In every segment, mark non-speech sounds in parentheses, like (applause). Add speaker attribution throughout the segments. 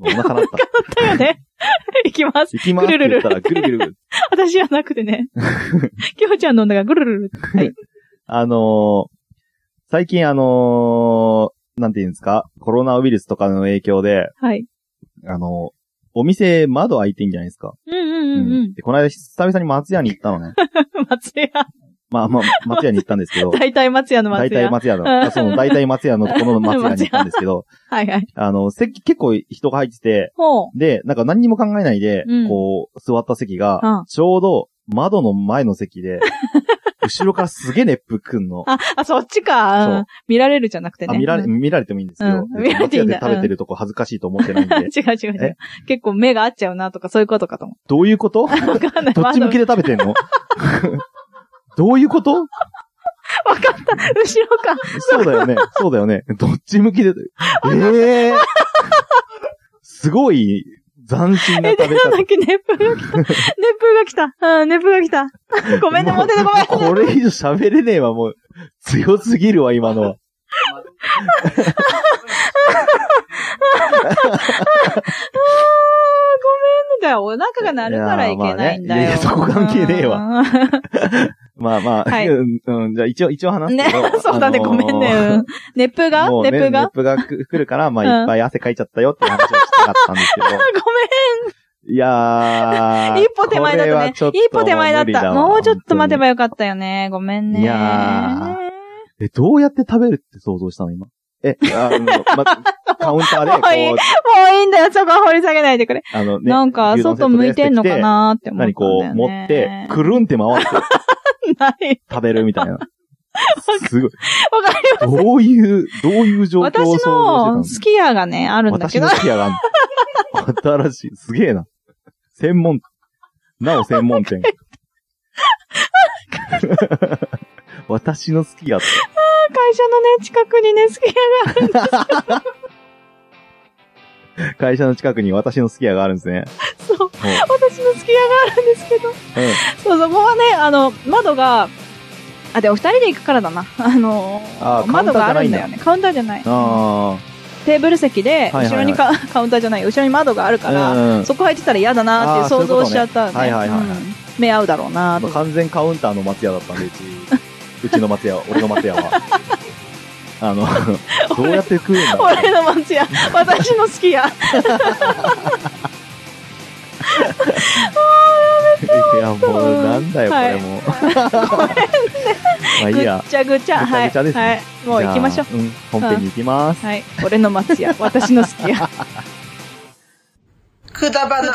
Speaker 1: お腹鳴った。
Speaker 2: だ
Speaker 1: (laughs)
Speaker 2: よね。いきます。
Speaker 1: 行きますって言ったら、ぐるぐるぐる。
Speaker 2: 私じゃなく
Speaker 1: (laughs)
Speaker 2: てね。きほちゃんの女がぐるるる。
Speaker 1: あのー最近あのーなんて言うんですか、コロナウイルスとかの影響で、
Speaker 2: はい。
Speaker 1: あのーお店窓開いてんじゃないですか。
Speaker 2: うんうんうんうん。
Speaker 1: で、この間久々に松屋に行ったの
Speaker 2: (laughs)
Speaker 1: ね。
Speaker 2: 松屋。
Speaker 1: まあまあ、松屋に行ったんですけど、
Speaker 2: (laughs) 大体松屋の松
Speaker 1: 大体
Speaker 2: 屋。
Speaker 1: 松屋
Speaker 2: (laughs)
Speaker 1: の、あその大体松屋のところの松屋に行ったんですけど、
Speaker 2: はいはい。
Speaker 1: あの、席結構人が入ってて、
Speaker 2: ほう。
Speaker 1: で、なんか何にも考えないで、
Speaker 2: うん
Speaker 1: こう、座った席が、
Speaker 2: うん
Speaker 1: ちょうど窓の前の席
Speaker 2: (laughs)
Speaker 1: で、後ろからすげえ熱風くんの。
Speaker 2: あ、あ、そっちか。
Speaker 1: そう
Speaker 2: うん見られるじゃなくてね。
Speaker 1: あ見られ、
Speaker 2: うん
Speaker 1: 見られてもいいんですけど、
Speaker 2: うん見られていいんだ
Speaker 1: 松屋で食べてるとこ恥ずかしいと思ってないんで、
Speaker 2: (laughs) 違う違う違う
Speaker 1: え。
Speaker 2: 結構目が合っちゃうなとか、そういうことかと思
Speaker 1: どういうこと
Speaker 2: う。わかんない。
Speaker 1: (laughs) どっち向きで食べてんの (laughs) どういうこと
Speaker 2: 窓わかった。後ろか。
Speaker 1: そうだよね。そうだよね。どっち向きで、ええー、すごい斬新な
Speaker 2: え、
Speaker 1: 食べ
Speaker 2: で、なんだ
Speaker 1: 方
Speaker 2: っ。け、熱風が来た。熱風が来た。うん、熱風
Speaker 1: (laughs)
Speaker 2: が来た。ごめんね、
Speaker 1: も
Speaker 2: モ
Speaker 1: う
Speaker 2: テてごめ
Speaker 1: こ
Speaker 2: ん。
Speaker 1: れ以上喋れねえわ、もう。強すぎるわ、今のは。
Speaker 2: だよ、お腹が鳴るからいけないんだ
Speaker 1: いやまあねい
Speaker 2: よ。
Speaker 1: やそこ関係ねえ
Speaker 2: わ。
Speaker 1: まあまあ、
Speaker 2: はい
Speaker 1: うん、うんじゃあ一応、一応話す
Speaker 2: ね
Speaker 1: けど。、
Speaker 2: (laughs) そうだね、
Speaker 1: あ
Speaker 2: ご
Speaker 1: のー
Speaker 2: め
Speaker 1: (laughs)
Speaker 2: んね。うん熱風が
Speaker 1: もう
Speaker 2: 熱
Speaker 1: ね、
Speaker 2: 風が
Speaker 1: 熱風がく来るから、まあ、
Speaker 2: うん
Speaker 1: いっぱい汗かいちゃったよって話をしたかったんですけど。
Speaker 2: あ
Speaker 1: いや
Speaker 2: ご
Speaker 1: ー。
Speaker 2: めん。一歩手前だ
Speaker 1: これは
Speaker 2: っ
Speaker 1: ち
Speaker 2: た
Speaker 1: ょ
Speaker 2: ね
Speaker 1: っ。と
Speaker 2: 一歩手前だっ
Speaker 1: 無理
Speaker 2: た。
Speaker 1: わ
Speaker 2: もうちょっと待てば
Speaker 1: 本
Speaker 2: よかったよね。ごめんね。
Speaker 1: いやー当にえ、どうやって食べるって想像したの、今。
Speaker 2: (laughs)
Speaker 1: え、あの、ま、カウンターで、こ、
Speaker 2: もういいうもういいんだよ、そこは掘り下げないでくれ。
Speaker 1: あのね、
Speaker 2: なんか、
Speaker 1: 牛丼セ
Speaker 2: 外
Speaker 1: ット
Speaker 2: 向
Speaker 1: で
Speaker 2: いてんのかなーって
Speaker 1: やってきて
Speaker 2: 思っ
Speaker 1: 何こ
Speaker 2: たんだよ、ね。
Speaker 1: う、持って、くるんって回って
Speaker 2: ない。
Speaker 1: 食べるみたいな。すごい。
Speaker 2: わかり
Speaker 1: どういう、どういう状況を想像し
Speaker 2: 私
Speaker 1: てた
Speaker 2: の
Speaker 1: の
Speaker 2: スキヤがね、あるんだ
Speaker 1: 私
Speaker 2: けど
Speaker 1: の、好きやがん。 (laughs) 新しい。すげえな。専門、なお専門店。 (laughs) 私の好きやって。
Speaker 2: 会社のね、近くにね、スキヤ
Speaker 1: 会社の近くに私の好きやがあるんですね。
Speaker 2: が、そう、
Speaker 1: もう
Speaker 2: 私のスキヤがあるんですけど、
Speaker 1: うん
Speaker 2: そう、そこはね、あの、窓が、あ、で、お二人で行くからだな。あの
Speaker 1: あー
Speaker 2: 窓があるんだよね。カウンターじゃない。
Speaker 1: あ
Speaker 2: テーブル席で、
Speaker 1: はいはいはい
Speaker 2: 後ろにカ,、 (laughs) カウンターじゃない、後ろに窓がある
Speaker 1: あ。
Speaker 2: から、
Speaker 1: うん
Speaker 2: そこ入ってたら嫌だなっていう
Speaker 1: あー
Speaker 2: 想像をしちゃったんで、
Speaker 1: そういうことねはいはいはい
Speaker 2: うん
Speaker 1: はい
Speaker 2: 目合うだろうな
Speaker 1: ま
Speaker 2: と (laughs)
Speaker 1: あ。完全カウンターの松屋だったんで、うち、うちの松屋は、俺の松屋
Speaker 2: (laughs)
Speaker 1: は。あの、どうやって食うんだ
Speaker 2: 俺の
Speaker 1: (laughs)
Speaker 2: 松屋、私の好きや。
Speaker 1: いや、もう、なんだよ、これも。
Speaker 2: (laughs)
Speaker 1: まあい
Speaker 2: ぐ
Speaker 1: い
Speaker 2: っ
Speaker 1: や。
Speaker 2: ちゃぐちゃ。
Speaker 1: ぐちゃぐちゃですね
Speaker 2: はい。はい、もう行きましょう。
Speaker 1: じゃあ。うん、本編に行きます。
Speaker 2: はい。俺の松
Speaker 1: (laughs)
Speaker 2: 屋、私の好き屋。
Speaker 3: (laughs) くだばな。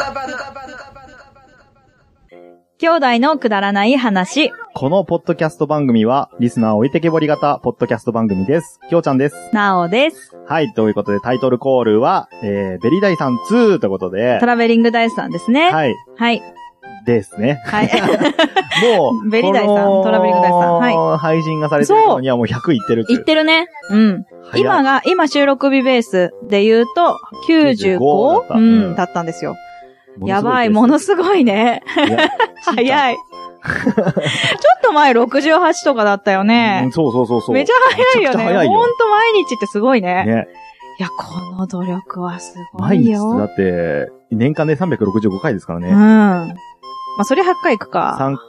Speaker 2: 兄弟のくだらない話。
Speaker 1: このポッドキャスト番組は、リスナー置いてけぼり型ポッドキャスト番組です。きょうちゃんです。
Speaker 2: なおです。
Speaker 1: はい、ということでタイトルコールは、えー、ベリダイさん2ということで
Speaker 2: ト、ラベリングダイスさんですね。は
Speaker 1: は
Speaker 2: い。
Speaker 1: い、
Speaker 2: はい。
Speaker 1: ですね。もう、
Speaker 2: ベリダイさん
Speaker 1: この
Speaker 2: トラベリングダイさんは
Speaker 1: 配信がされてるのにはもう100いってる
Speaker 2: (laughs) 言ってるね。うん。
Speaker 1: 早い
Speaker 2: 今が、今収録日ベースで言うと、
Speaker 1: 95だった
Speaker 2: 95?
Speaker 1: う
Speaker 2: うんん、だったんですよ。
Speaker 1: ものすご
Speaker 2: やばい、ものすごい
Speaker 1: (laughs)
Speaker 2: ね。
Speaker 1: ごいペース。いや
Speaker 2: 早い。ちょっと前68とかだったよ
Speaker 1: う
Speaker 2: ね
Speaker 1: ん。そうそうそうそう。
Speaker 2: めちゃ早いよ
Speaker 1: めちゃくちゃ
Speaker 2: ね。
Speaker 1: 早いよ
Speaker 2: ほんと毎日ってすごいね。
Speaker 1: ね。
Speaker 2: いや、この努力はすご
Speaker 1: 毎
Speaker 2: い
Speaker 1: 日
Speaker 2: よ。
Speaker 1: だって、年間で365回ですから
Speaker 2: うん。
Speaker 1: ね。
Speaker 2: まあ、それ100回いくか。
Speaker 1: 三
Speaker 2: ま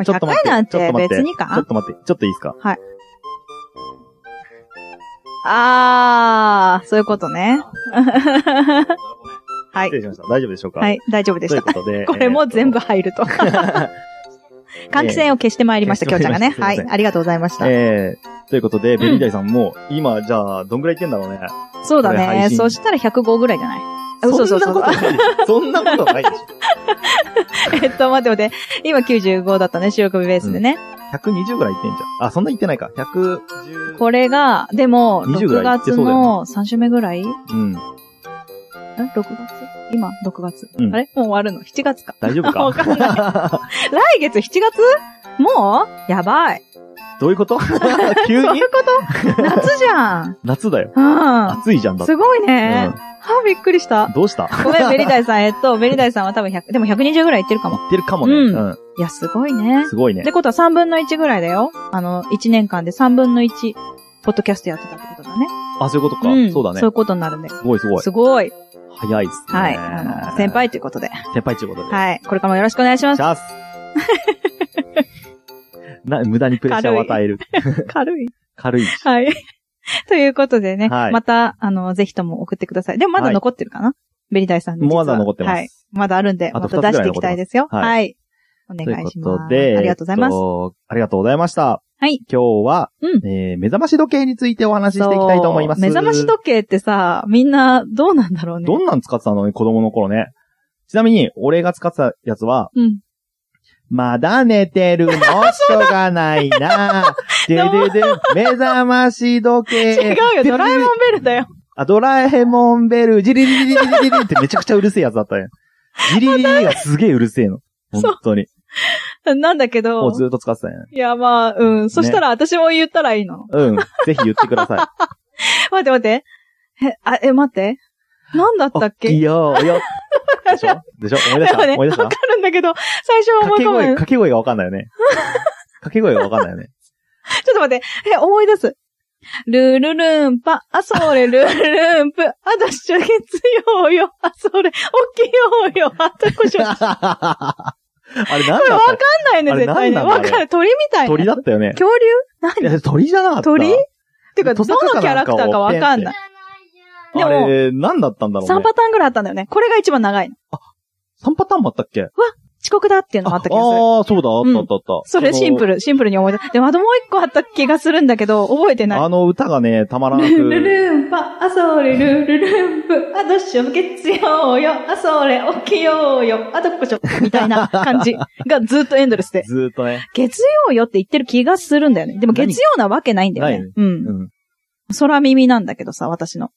Speaker 2: あ
Speaker 1: ちょっ
Speaker 2: 100
Speaker 1: と待
Speaker 2: 回
Speaker 1: って
Speaker 2: なん
Speaker 1: ちょっと
Speaker 2: て
Speaker 1: 待って
Speaker 2: 別に
Speaker 1: ちょっ
Speaker 2: か。
Speaker 1: と待って、ちょっといいですか
Speaker 2: あー、そういうこ
Speaker 1: (laughs)
Speaker 2: とね。はい
Speaker 1: 失。礼しました。大丈夫でしょうか
Speaker 2: はい、大丈夫で
Speaker 1: とい
Speaker 2: し
Speaker 1: う
Speaker 2: た。
Speaker 1: ことで。
Speaker 2: (laughs) これも全部入ると。換気扇を消してまいりました、
Speaker 1: ええ
Speaker 2: きょうちゃんがね。
Speaker 1: 消してま
Speaker 2: はい
Speaker 1: りました
Speaker 2: い、ありがとうございま (laughs) した。
Speaker 1: (laughs) えー、ということで、ベリーダイさんも、今、じゃあ、どんぐらいいってんだろうね。
Speaker 2: そうだ
Speaker 1: これ配
Speaker 2: ね。
Speaker 1: 信
Speaker 2: そしたら105ぐらいじゃないあ嘘嘘嘘
Speaker 1: そんなことないでしょ。そんなことないでしょ。
Speaker 2: えっと、待って待って。今95だったね、収録日ベースでね。
Speaker 1: 120ぐらいいってんじゃん。あ、そんないってないか。110。
Speaker 2: これが、でも、
Speaker 1: 20ぐ
Speaker 2: 6
Speaker 1: らいいって
Speaker 2: 月
Speaker 1: そうだよね
Speaker 2: の3週目ぐらい
Speaker 1: うん。
Speaker 2: え ?6 月今、6月。
Speaker 1: うん
Speaker 2: あれもう終わるの ?7 月か。
Speaker 1: 大丈夫
Speaker 2: (laughs) わかんない。
Speaker 1: か
Speaker 2: 来月7月もうやばい。
Speaker 1: (laughs) どういうこと (laughs) 急
Speaker 2: そう
Speaker 1: に
Speaker 2: いうこと夏じゃ
Speaker 1: (laughs)
Speaker 2: ん。
Speaker 1: 夏だよ。
Speaker 2: う
Speaker 1: 暑いじゃんだ
Speaker 2: ん。
Speaker 1: って。
Speaker 2: すごいね。はあ、びっくりし
Speaker 1: うん
Speaker 2: た。
Speaker 1: どうした
Speaker 2: ごめん、ベリダイさん。えっと、ベリダイさんは多分100、でも120ぐらいいってるか
Speaker 1: 言
Speaker 2: も。
Speaker 1: ってるかもね。
Speaker 2: う
Speaker 1: う
Speaker 2: ん
Speaker 1: ん。
Speaker 2: いや、すごいね。
Speaker 1: すごい
Speaker 2: っ
Speaker 1: ね
Speaker 2: て。ことは3分の1ぐらいだよ。あの、1年間で3分の1、ポッドキャストやってたってことだね。
Speaker 1: あ、そういうことか。
Speaker 2: ん。
Speaker 1: そうだね
Speaker 2: そうい。うことになるね。
Speaker 1: すごいすごい
Speaker 2: す。ごい。
Speaker 1: 早いっすね。
Speaker 2: はい。あの、先輩ということで。
Speaker 1: 先輩ということで。
Speaker 2: はい。これからもよろしくお願いします
Speaker 1: チ。
Speaker 2: (laughs)
Speaker 1: ャンスな、無駄にプレッシャーを与える。
Speaker 2: 軽い。
Speaker 1: (laughs) 軽い。
Speaker 2: はい。 (laughs) ということでね、
Speaker 1: はい
Speaker 2: また、あの、ぜひとも送ってください。でもまだ
Speaker 1: はい
Speaker 2: 残ってるかな、ベリダイさんに実
Speaker 1: も
Speaker 2: は
Speaker 1: うまだ残ってます
Speaker 2: はい。まだあるんで、
Speaker 1: あと
Speaker 2: ま
Speaker 1: 二つ
Speaker 2: た
Speaker 1: ぐらい
Speaker 2: 出していきたいですよ。
Speaker 1: 残ってます
Speaker 2: は。
Speaker 1: はい
Speaker 2: お
Speaker 1: と
Speaker 2: 願
Speaker 1: い
Speaker 2: いし
Speaker 1: うこ
Speaker 2: ます。
Speaker 1: とで、
Speaker 2: ありがとうございます
Speaker 1: えっ。とありがとうございました。
Speaker 2: はい。
Speaker 1: 今日は、
Speaker 2: うん
Speaker 1: えー、目覚まし時計についてお話ししていきたいと思います。
Speaker 2: そう目覚まし時計ってさ、みんなどうなんだろうね。
Speaker 1: どんなん使ってたのね、子供の頃ね。ちなみに、俺が使ってたやつは、
Speaker 2: うん。
Speaker 1: まだ寝てるのしょうがないなででで、目覚まし時計。
Speaker 2: 違うよ、ドラえもんベルだよ。
Speaker 1: あ、ドラえもんベル、ジリリリリリリリってめちゃくちゃうるせえやつだったね。ジリリリリがすげえうるせえの。本当に。
Speaker 2: (laughs) なんだ
Speaker 1: も
Speaker 2: けど
Speaker 1: う、ずっと使ってたね。
Speaker 2: いや、まあ、うん。そしたら私も言ったらいいの。
Speaker 1: うん。ぜひ言ってくださ
Speaker 2: 待って待って。え、あ、え、待って。なんだっ
Speaker 1: い。
Speaker 2: たっけ
Speaker 1: おいよー
Speaker 2: (laughs)
Speaker 1: よ。でしょでしょ思い出し
Speaker 2: でも
Speaker 1: た
Speaker 2: ね
Speaker 1: 思い出した
Speaker 2: あるんだけど、最初は思
Speaker 1: 掛
Speaker 2: い浮
Speaker 1: け
Speaker 2: かば
Speaker 1: 声、
Speaker 2: ない。
Speaker 1: 掛け声がわかんない
Speaker 2: (laughs)
Speaker 1: よね。掛け声がわかんないよね。
Speaker 2: ちょっと待って。え、思い出す。ルルルンパ、あ、そ
Speaker 1: (laughs)
Speaker 2: れ、ルルンプ、あと初月曜よ、あ、それ、起きようよ、あとこしょ。わか
Speaker 1: (laughs) あれなん
Speaker 2: れ
Speaker 1: だ
Speaker 2: わ
Speaker 1: っ
Speaker 2: んないね、
Speaker 1: あれ
Speaker 2: 絶対に。
Speaker 1: なんな
Speaker 2: わ
Speaker 1: んだ
Speaker 2: かんない。鳥みた
Speaker 1: た
Speaker 2: いな。
Speaker 1: 鳥だったよね。
Speaker 2: 恐竜
Speaker 1: いや、鳥じゃなかった。
Speaker 2: 鳥っていうか、
Speaker 1: ト
Speaker 2: ど
Speaker 1: サカか
Speaker 2: のキャラクターかわかんない。で
Speaker 1: あ
Speaker 2: も
Speaker 1: れ、何だったんだろう
Speaker 2: 3
Speaker 1: ね。
Speaker 2: パターンぐらいあったんだよね。これが一番長いの。
Speaker 1: 3パターンもあったっけ
Speaker 2: 遅刻だっていうのもあった気がする。
Speaker 1: ああ、そうだ、あったあったあった。
Speaker 2: それシンプル、シンプルに思い出す。でも、あともう一個あった気がするんだけど、覚えてない。
Speaker 1: あの歌がね、たまら
Speaker 2: (laughs)
Speaker 1: な
Speaker 2: ル
Speaker 1: く。
Speaker 2: ルルンパ、あそれルルルンプ、あどっしょ、月曜よ、あそれ起きようよ、あどっこしょ、みたいな感じがずっとエンドレスで。
Speaker 1: ずーっとね。
Speaker 2: (laughs) 月曜よって言ってる気がするんだよね。でも
Speaker 1: 何
Speaker 2: 月曜なわけないんだよ
Speaker 1: な
Speaker 2: ね
Speaker 1: い。
Speaker 2: うん。
Speaker 1: うん。
Speaker 2: 空耳なんだけどさ、私の。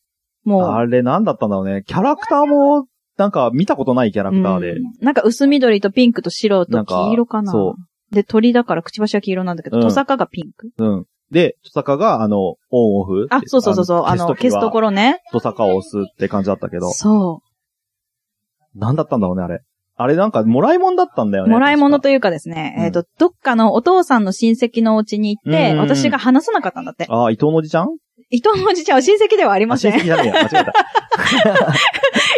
Speaker 2: も
Speaker 1: あれ、何だったんだろうね。キャラクターも、なんか見たことないキャラ
Speaker 2: う。
Speaker 1: クターで
Speaker 2: う。んなんか薄緑とピンクと白
Speaker 1: な
Speaker 2: と
Speaker 1: んか
Speaker 2: 黄色かな。
Speaker 1: そ
Speaker 2: で、鳥だからくちばしは黄色なんだけど、
Speaker 1: うん
Speaker 2: トサカがピンク。
Speaker 1: うん。で、トサカが、あの、オンオフ。
Speaker 2: あ、そうそうそうそう、あの、消すとこ
Speaker 1: ろ。
Speaker 2: ろね。
Speaker 1: トサカを押すって感じだったけど。
Speaker 2: そう。
Speaker 1: 何だったんだろうね、あれ。あれなんか、もらいもんだったんだよね。
Speaker 2: もらい物
Speaker 1: 確か
Speaker 2: というかですね、
Speaker 1: うん
Speaker 2: えっ、と、どっかのお父さんの親戚のお家に行って、
Speaker 1: うん
Speaker 2: 私が話さなかったんだって。
Speaker 1: ああ、伊藤のおじちゃん
Speaker 2: 伊藤のおじちゃんは親戚ではあり
Speaker 1: あ
Speaker 2: ませ
Speaker 1: 親
Speaker 2: ん。
Speaker 1: 戚じゃねえや。間違えた。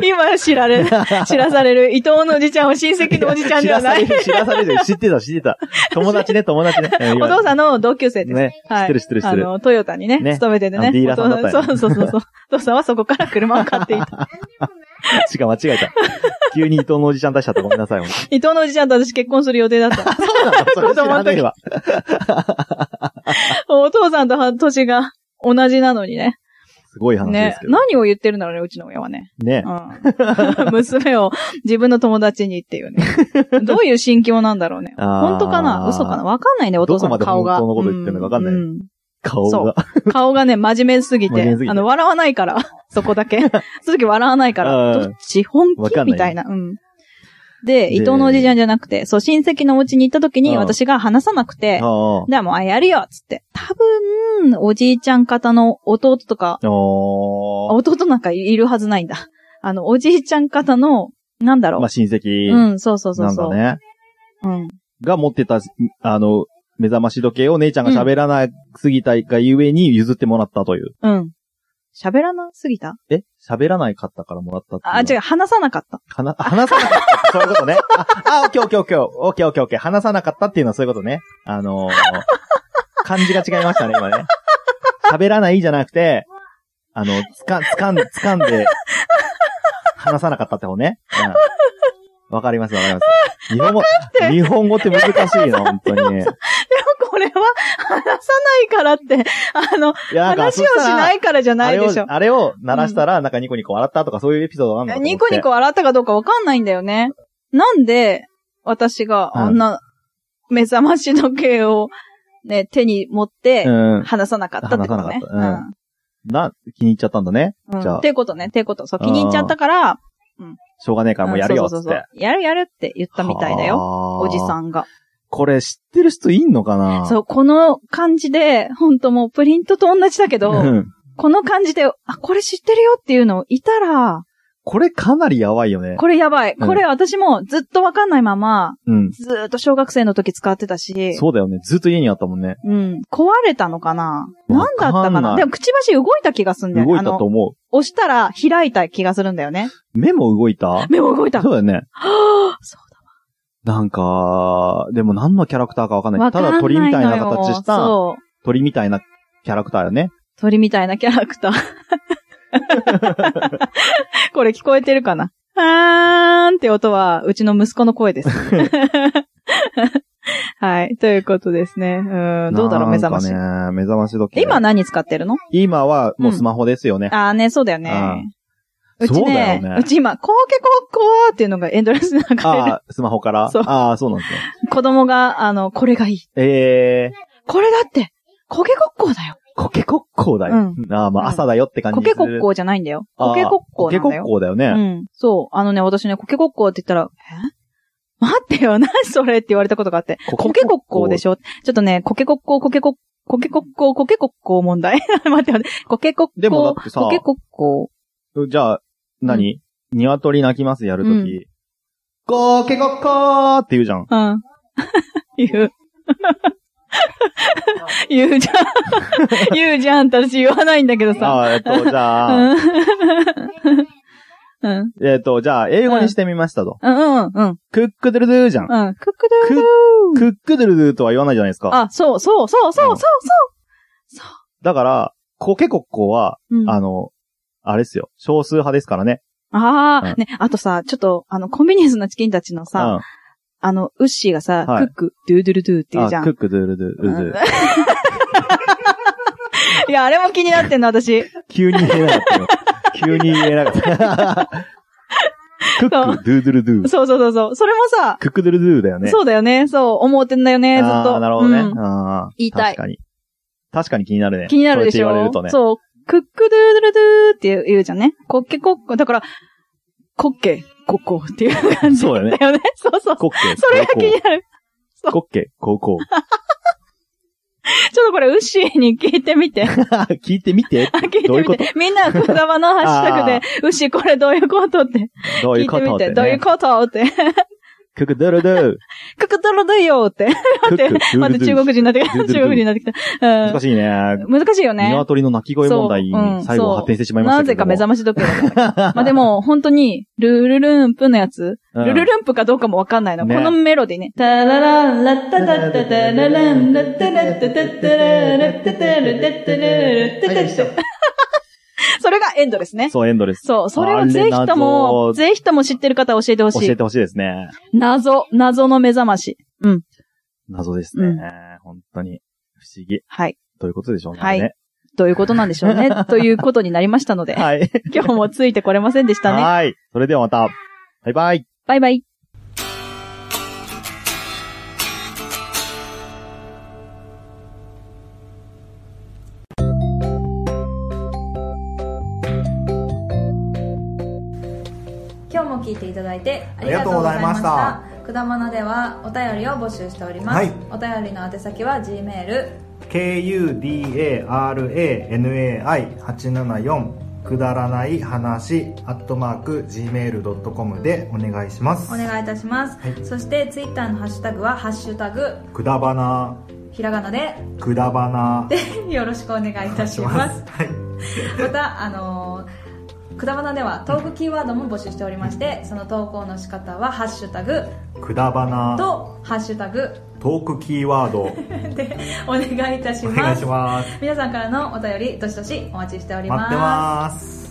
Speaker 2: (laughs) 今知ら
Speaker 1: (laughs)
Speaker 2: れる、知らされる伊藤のおじちゃんは親戚の (laughs) おじちゃんではない。
Speaker 1: 知らされる、知らされる。知ってた、知ってた。友達
Speaker 2: (laughs)
Speaker 1: ね、友達ね。
Speaker 2: お父さ
Speaker 1: ん
Speaker 2: んの同級生です。
Speaker 1: ね
Speaker 2: は
Speaker 1: 知
Speaker 2: い
Speaker 1: って。る、知ってる、知っ
Speaker 2: あ
Speaker 1: てる。
Speaker 2: の、トヨタにね、
Speaker 1: ね
Speaker 2: 勤めてて
Speaker 1: あ
Speaker 2: ね。
Speaker 1: のディーラーさんだったよね
Speaker 2: お父そう
Speaker 1: (laughs)
Speaker 2: そうそうそう。お父さんはそこから車を買っていた。 (laughs)
Speaker 1: 違う、間違えた。急に伊藤のおじちゃん出しちゃった。ごめんな
Speaker 2: (laughs)
Speaker 1: さい、本
Speaker 2: 伊藤のおじちゃんと私結婚する予定
Speaker 1: (laughs)
Speaker 2: だった。
Speaker 1: 当にそうなのそれ知らねえわ。
Speaker 2: お父さんとは年が同じなのにね。
Speaker 1: すごい話で
Speaker 2: ね
Speaker 1: す。けど。
Speaker 2: 何を言ってるんだろうね、うちの親はね。
Speaker 1: ね。
Speaker 2: うん (laughs) 娘を自分の友達にっていう
Speaker 1: (laughs)
Speaker 2: ね。どういう心境なんだろうね。
Speaker 1: あー
Speaker 2: 本当かな嘘かなわかんないね、お父さんの顔が。
Speaker 1: どこまで本当のこと言ってるのかわかんない
Speaker 2: うん
Speaker 1: 顔
Speaker 2: そう
Speaker 1: が。
Speaker 2: 顔がね、真面目すぎ
Speaker 1: 真面目
Speaker 2: て
Speaker 1: すぎ。て
Speaker 2: あの、笑わないから。 (laughs) そ
Speaker 1: (laughs)
Speaker 2: こだけ。その時笑わないか
Speaker 1: あ
Speaker 2: ら。
Speaker 1: ー
Speaker 2: どっち本
Speaker 1: わか
Speaker 2: 気
Speaker 1: んない
Speaker 2: みたいな。うん。で、
Speaker 1: で
Speaker 2: 伊藤のおじいちゃんじゃなくて、そう、親戚のお家に行った時
Speaker 1: う
Speaker 2: に
Speaker 1: ん
Speaker 2: 私が話さなくて、
Speaker 1: ああ。
Speaker 2: じゃあもう、あ、やるよつって。多分、おじいちゃん方の弟とか、あ
Speaker 1: おー
Speaker 2: 弟なんかいるはずないんだ。あの、おじいちゃん方の、なんだろう。
Speaker 1: まあ、親戚
Speaker 2: うん、そうそうそう
Speaker 1: なん
Speaker 2: そ
Speaker 1: だ
Speaker 2: う。
Speaker 1: ね。
Speaker 2: うん。
Speaker 1: が持ってた、あの、目覚まし時計を姉ちゃんが喋らなすぎたがゆえに譲ってもらったという。
Speaker 2: うん。喋らなすぎた
Speaker 1: え喋らないかったからもらったっていうのは
Speaker 2: あ、違う、話さなかった。 (laughs)
Speaker 1: はな、あ話さなかった。そういうことね。あ、あ、オッケーオッケーオッケー。オッケーオッケーオッケー。話さなかったっていうのはそういうことね。あのー、漢字が違いましたね、今ね。喋らないじゃなくて、あの、つか、つかん、つかんで、話さなかったって方ね。うん。わかります、わかります。日本語、日本語って難しいな、本当に。
Speaker 2: (laughs) でもこれは、話さないからって、あの、
Speaker 1: いや
Speaker 2: 話をしないいからじゃ
Speaker 1: あ
Speaker 2: ない
Speaker 1: れを
Speaker 2: でしょ、。
Speaker 1: あれを鳴らしたら、なんかニコニコ笑ったとかそういうエピソードがあるんだと思って
Speaker 2: ニコニコ笑ったかどうかわかんないんだよね。なんで、私があんな、目覚まし時計を、ね、手に持って、
Speaker 1: うん。
Speaker 2: 話さなかったってことね
Speaker 1: 話。さなかっな、気に入っちゃったんだね。
Speaker 2: うん。
Speaker 1: じゃ
Speaker 2: う
Speaker 1: あ
Speaker 2: ん。っていうことね、っていうこと。そう、気に入っちゃったから、
Speaker 1: しょうがねえからもうやるよ、つ
Speaker 2: そう
Speaker 1: っ
Speaker 2: そうそう
Speaker 1: て。
Speaker 2: そうやるやるって言ったみたいだよ。
Speaker 1: よ
Speaker 2: おじさんが。
Speaker 1: これ知ってる人いんのかな
Speaker 2: そう、この感じで、本当もうプリントと同じだけ
Speaker 1: う
Speaker 2: ど、
Speaker 1: ん。
Speaker 2: この感じで、あ、これ知ってるよっていうのいたら、
Speaker 1: これかなりやばいよね。
Speaker 2: これやばい。
Speaker 1: うん
Speaker 2: これ私もずっとわかんないまま、
Speaker 1: うん。
Speaker 2: ずーっと小学生の時使ってたし、
Speaker 1: そうだよね。ずっと家にあったもんね。
Speaker 2: うん。壊れたのかな
Speaker 1: わかん
Speaker 2: なんだ
Speaker 1: ない
Speaker 2: ったかなでも、くちばし動いた気がすんだよね。
Speaker 1: 動いたと
Speaker 2: あの、
Speaker 1: 思
Speaker 2: 押したら開いた気がするんだよね。
Speaker 1: う。目も動いた
Speaker 2: 目も動いた。
Speaker 1: そうだよね。
Speaker 2: はぁそう
Speaker 1: なんか、でも何のキャラクターかわかん
Speaker 2: だ
Speaker 1: ない。
Speaker 2: わ
Speaker 1: た
Speaker 2: かんな
Speaker 1: だ
Speaker 2: いのよ
Speaker 1: 鳥みたいな形した、
Speaker 2: そう。
Speaker 1: 鳥みたいなキャラクターよね。
Speaker 2: 鳥みたいなキャラ
Speaker 1: (laughs)
Speaker 2: クター。これ聞こえてるかなあーんって音は、うちの息子の声
Speaker 1: (laughs)
Speaker 2: です。はい。ということですね。うん。どうだろう、目覚まし。
Speaker 1: なんかね、目覚まし時計。
Speaker 2: 今何使ってるの
Speaker 1: 今はもうスマホですよね。
Speaker 2: あーね、そうだよね
Speaker 1: あ。
Speaker 2: うち
Speaker 1: そうだよ
Speaker 2: ね、
Speaker 1: ね
Speaker 2: うち今、コーケコッコーっていうのがエンドレスに流れる。
Speaker 1: ああ、スマホから。
Speaker 2: そう
Speaker 1: ああ、そうなんですね。
Speaker 2: (laughs) 子供が、あの、これがいい。
Speaker 1: ええ
Speaker 2: これだって、コケコッコーだよ。
Speaker 1: ー、コケコッコーだよ。ああ、ま
Speaker 2: うん
Speaker 1: あ朝だよって感じ
Speaker 2: コ
Speaker 1: す
Speaker 2: ケ
Speaker 1: る。
Speaker 2: コッコーじゃないんだよ。
Speaker 1: あー
Speaker 2: コケコッコ
Speaker 1: コ
Speaker 2: ー
Speaker 1: ケ
Speaker 2: なん
Speaker 1: コ
Speaker 2: だ
Speaker 1: ッ
Speaker 2: よ。
Speaker 1: コーだよね。
Speaker 2: うん。そう。あのね、私ね、コケコッコーって言ったら、え (laughs) 待ってよ、何それって言われたことがあって。コケコッコーでしょちょっとね、コケコッコー、コケコッコケコッコー、コケコッコー問題。 (laughs) 待って待って。コケコッコー。
Speaker 1: でもだってさ
Speaker 2: コケコッ
Speaker 1: ょ。
Speaker 2: コ
Speaker 1: じゃあ、何、鶏鳴きますやるとき。コケコッコーって言うじゃん。
Speaker 2: ー。うん。 (laughs) 言う。 (laughs) 言うじゃん。 (laughs) 言うじゃん。私言わないんだけどさ。
Speaker 1: ああ、えっと、じ
Speaker 2: う (laughs)
Speaker 1: ゃあ、
Speaker 2: ん。うん。 (laughs)
Speaker 1: えっと、じゃあ、英語にしてみましたと。
Speaker 2: うん。うん。
Speaker 1: クックドゥルドゥじゃん。
Speaker 2: うん。クック
Speaker 1: ク
Speaker 2: ドゥ
Speaker 1: クックドゥルドゥとは言わないじゃないですか。
Speaker 2: あ、そう、そう、そう、そう、そう、そ
Speaker 1: だから、コケコッコーは、
Speaker 2: う。うん
Speaker 1: あの、あれですよ。少数派ですからね。
Speaker 2: ああ、
Speaker 1: うん
Speaker 2: ね、あとさ、ちょっと、あの、コンビニエンスなチキンたちのさ、
Speaker 1: うん、
Speaker 2: あの、ウッシーがさ、
Speaker 1: はい
Speaker 2: クック、ドゥードゥルドゥって言うじゃ
Speaker 1: あ
Speaker 2: ん。
Speaker 1: クックドゥルドゥルドゥ。
Speaker 2: (laughs) いや、あれも気になってんの、私。
Speaker 1: 急に言えなかったよ。急に言えなかった。クック、ド
Speaker 2: そう
Speaker 1: ゥードゥルドゥ。
Speaker 2: そうそうそうそう。それもさ、
Speaker 1: クックドゥルドゥだよね。
Speaker 2: そうだよね。そう、思ってんだよね、ずっ
Speaker 1: あ
Speaker 2: と。
Speaker 1: ーなるほどね。
Speaker 2: うん
Speaker 1: あー
Speaker 2: 言いた
Speaker 1: 確
Speaker 2: い
Speaker 1: かに。確かに気になるね。
Speaker 2: 気になるでしょ
Speaker 1: そうやって言われるとね。
Speaker 2: そう。クックドゥードゥルドゥーって言うじゃんね。コッケコッコ。だから、コッケ、コッコっていう感じ。
Speaker 1: そうだよね
Speaker 2: だよね。 (laughs) そうそう。
Speaker 1: コッケ、
Speaker 2: それが気になる。
Speaker 1: 高校。コッケ、高校。
Speaker 2: ちょっとこれ、ウッシーに聞いてみて。
Speaker 1: 聞いてみて。
Speaker 2: 聞いてみて。
Speaker 1: どういうこと
Speaker 2: みんな、こだまのハッシュタグで、ウッシーこれどういうことって。
Speaker 1: どう
Speaker 2: 聞
Speaker 1: いう
Speaker 2: い
Speaker 1: こ
Speaker 2: て
Speaker 1: と
Speaker 2: み
Speaker 1: って
Speaker 2: て。
Speaker 1: ね
Speaker 2: どういうことって。
Speaker 1: クックドゥルドゥ。
Speaker 2: ククドロドゥよって。
Speaker 1: クッ
Speaker 2: 待って
Speaker 1: ク、ドゥ
Speaker 2: ま
Speaker 1: ル
Speaker 2: た
Speaker 1: ド
Speaker 2: 中
Speaker 1: ゥ。
Speaker 2: 国人になってきた。
Speaker 1: ドゥ
Speaker 2: 中
Speaker 1: ドゥドゥ
Speaker 2: 国人になってきた。う
Speaker 1: 難しいね。
Speaker 2: ん。難しいよね。
Speaker 1: 鶏の鳴き声問題
Speaker 2: そううん
Speaker 1: に最後発展してしまいまし
Speaker 2: な
Speaker 1: たけ
Speaker 2: ぜ
Speaker 1: ど
Speaker 2: か
Speaker 1: も。
Speaker 2: 目覚まし時計だから。まあでも、本当に、ルルルンプのやつ、ル
Speaker 1: う
Speaker 2: ル
Speaker 1: ん
Speaker 2: ルンプかどうかもわかんないの。こ
Speaker 1: ね
Speaker 2: のメロディーね。タララン、ラッタタッタタララン、ラッタラッタタッタララッタタララッタタララッタタッタそれがエンドです
Speaker 1: (laughs)
Speaker 2: ね。
Speaker 1: そう、エンドレス。
Speaker 2: そう、それをぜひとも、
Speaker 1: あれ謎
Speaker 2: ぜひとも知ってる方教えてほし
Speaker 1: 教
Speaker 2: い
Speaker 1: え。てほしいですね。
Speaker 2: 謎、謎の目覚まし。うん。
Speaker 1: 謎ですね。
Speaker 2: うん
Speaker 1: 本当に。不思議。
Speaker 2: はい。
Speaker 1: ということでしょうね。
Speaker 2: はいどういうことなんでしょうね。ということになりましたので。
Speaker 1: はい。
Speaker 2: 今日もついてこれませんでしたね。
Speaker 1: はい。それではまた。バイバイ。
Speaker 2: バイバイ。
Speaker 3: 今日も聞いていただいてあ
Speaker 4: あ
Speaker 3: り
Speaker 4: り
Speaker 3: が
Speaker 4: が
Speaker 3: と
Speaker 4: と
Speaker 3: う
Speaker 4: う
Speaker 3: ご
Speaker 4: ご
Speaker 3: ざ
Speaker 4: ざ
Speaker 3: い
Speaker 4: い
Speaker 3: ま
Speaker 4: ま
Speaker 3: し
Speaker 4: した
Speaker 3: たくだまなではお便りを募集しております、
Speaker 4: はい
Speaker 3: お便りの宛先は G メール
Speaker 4: kudaranai874 くだらない話アットマーク gmail.com でお願いします
Speaker 3: お願いいたします、
Speaker 4: はい
Speaker 3: そしてツイッターのハッシュタグは「ハッシュタグ
Speaker 4: くだばな
Speaker 3: ひらがなで (laughs)
Speaker 4: くだばな」
Speaker 3: でよろしくお願いいたします
Speaker 4: はい
Speaker 3: またあのーくだばなではトークキーワードも募集しておりましてその投稿の仕方は「ハッシュタグ
Speaker 4: くだば」な
Speaker 3: と「ハッシュタグ
Speaker 4: トークキーワード」
Speaker 3: でお願いいたし
Speaker 4: お
Speaker 3: ま
Speaker 4: 願い
Speaker 3: す
Speaker 4: します
Speaker 3: 皆さんからのお便りどしどしお待ちしており
Speaker 4: 待ってます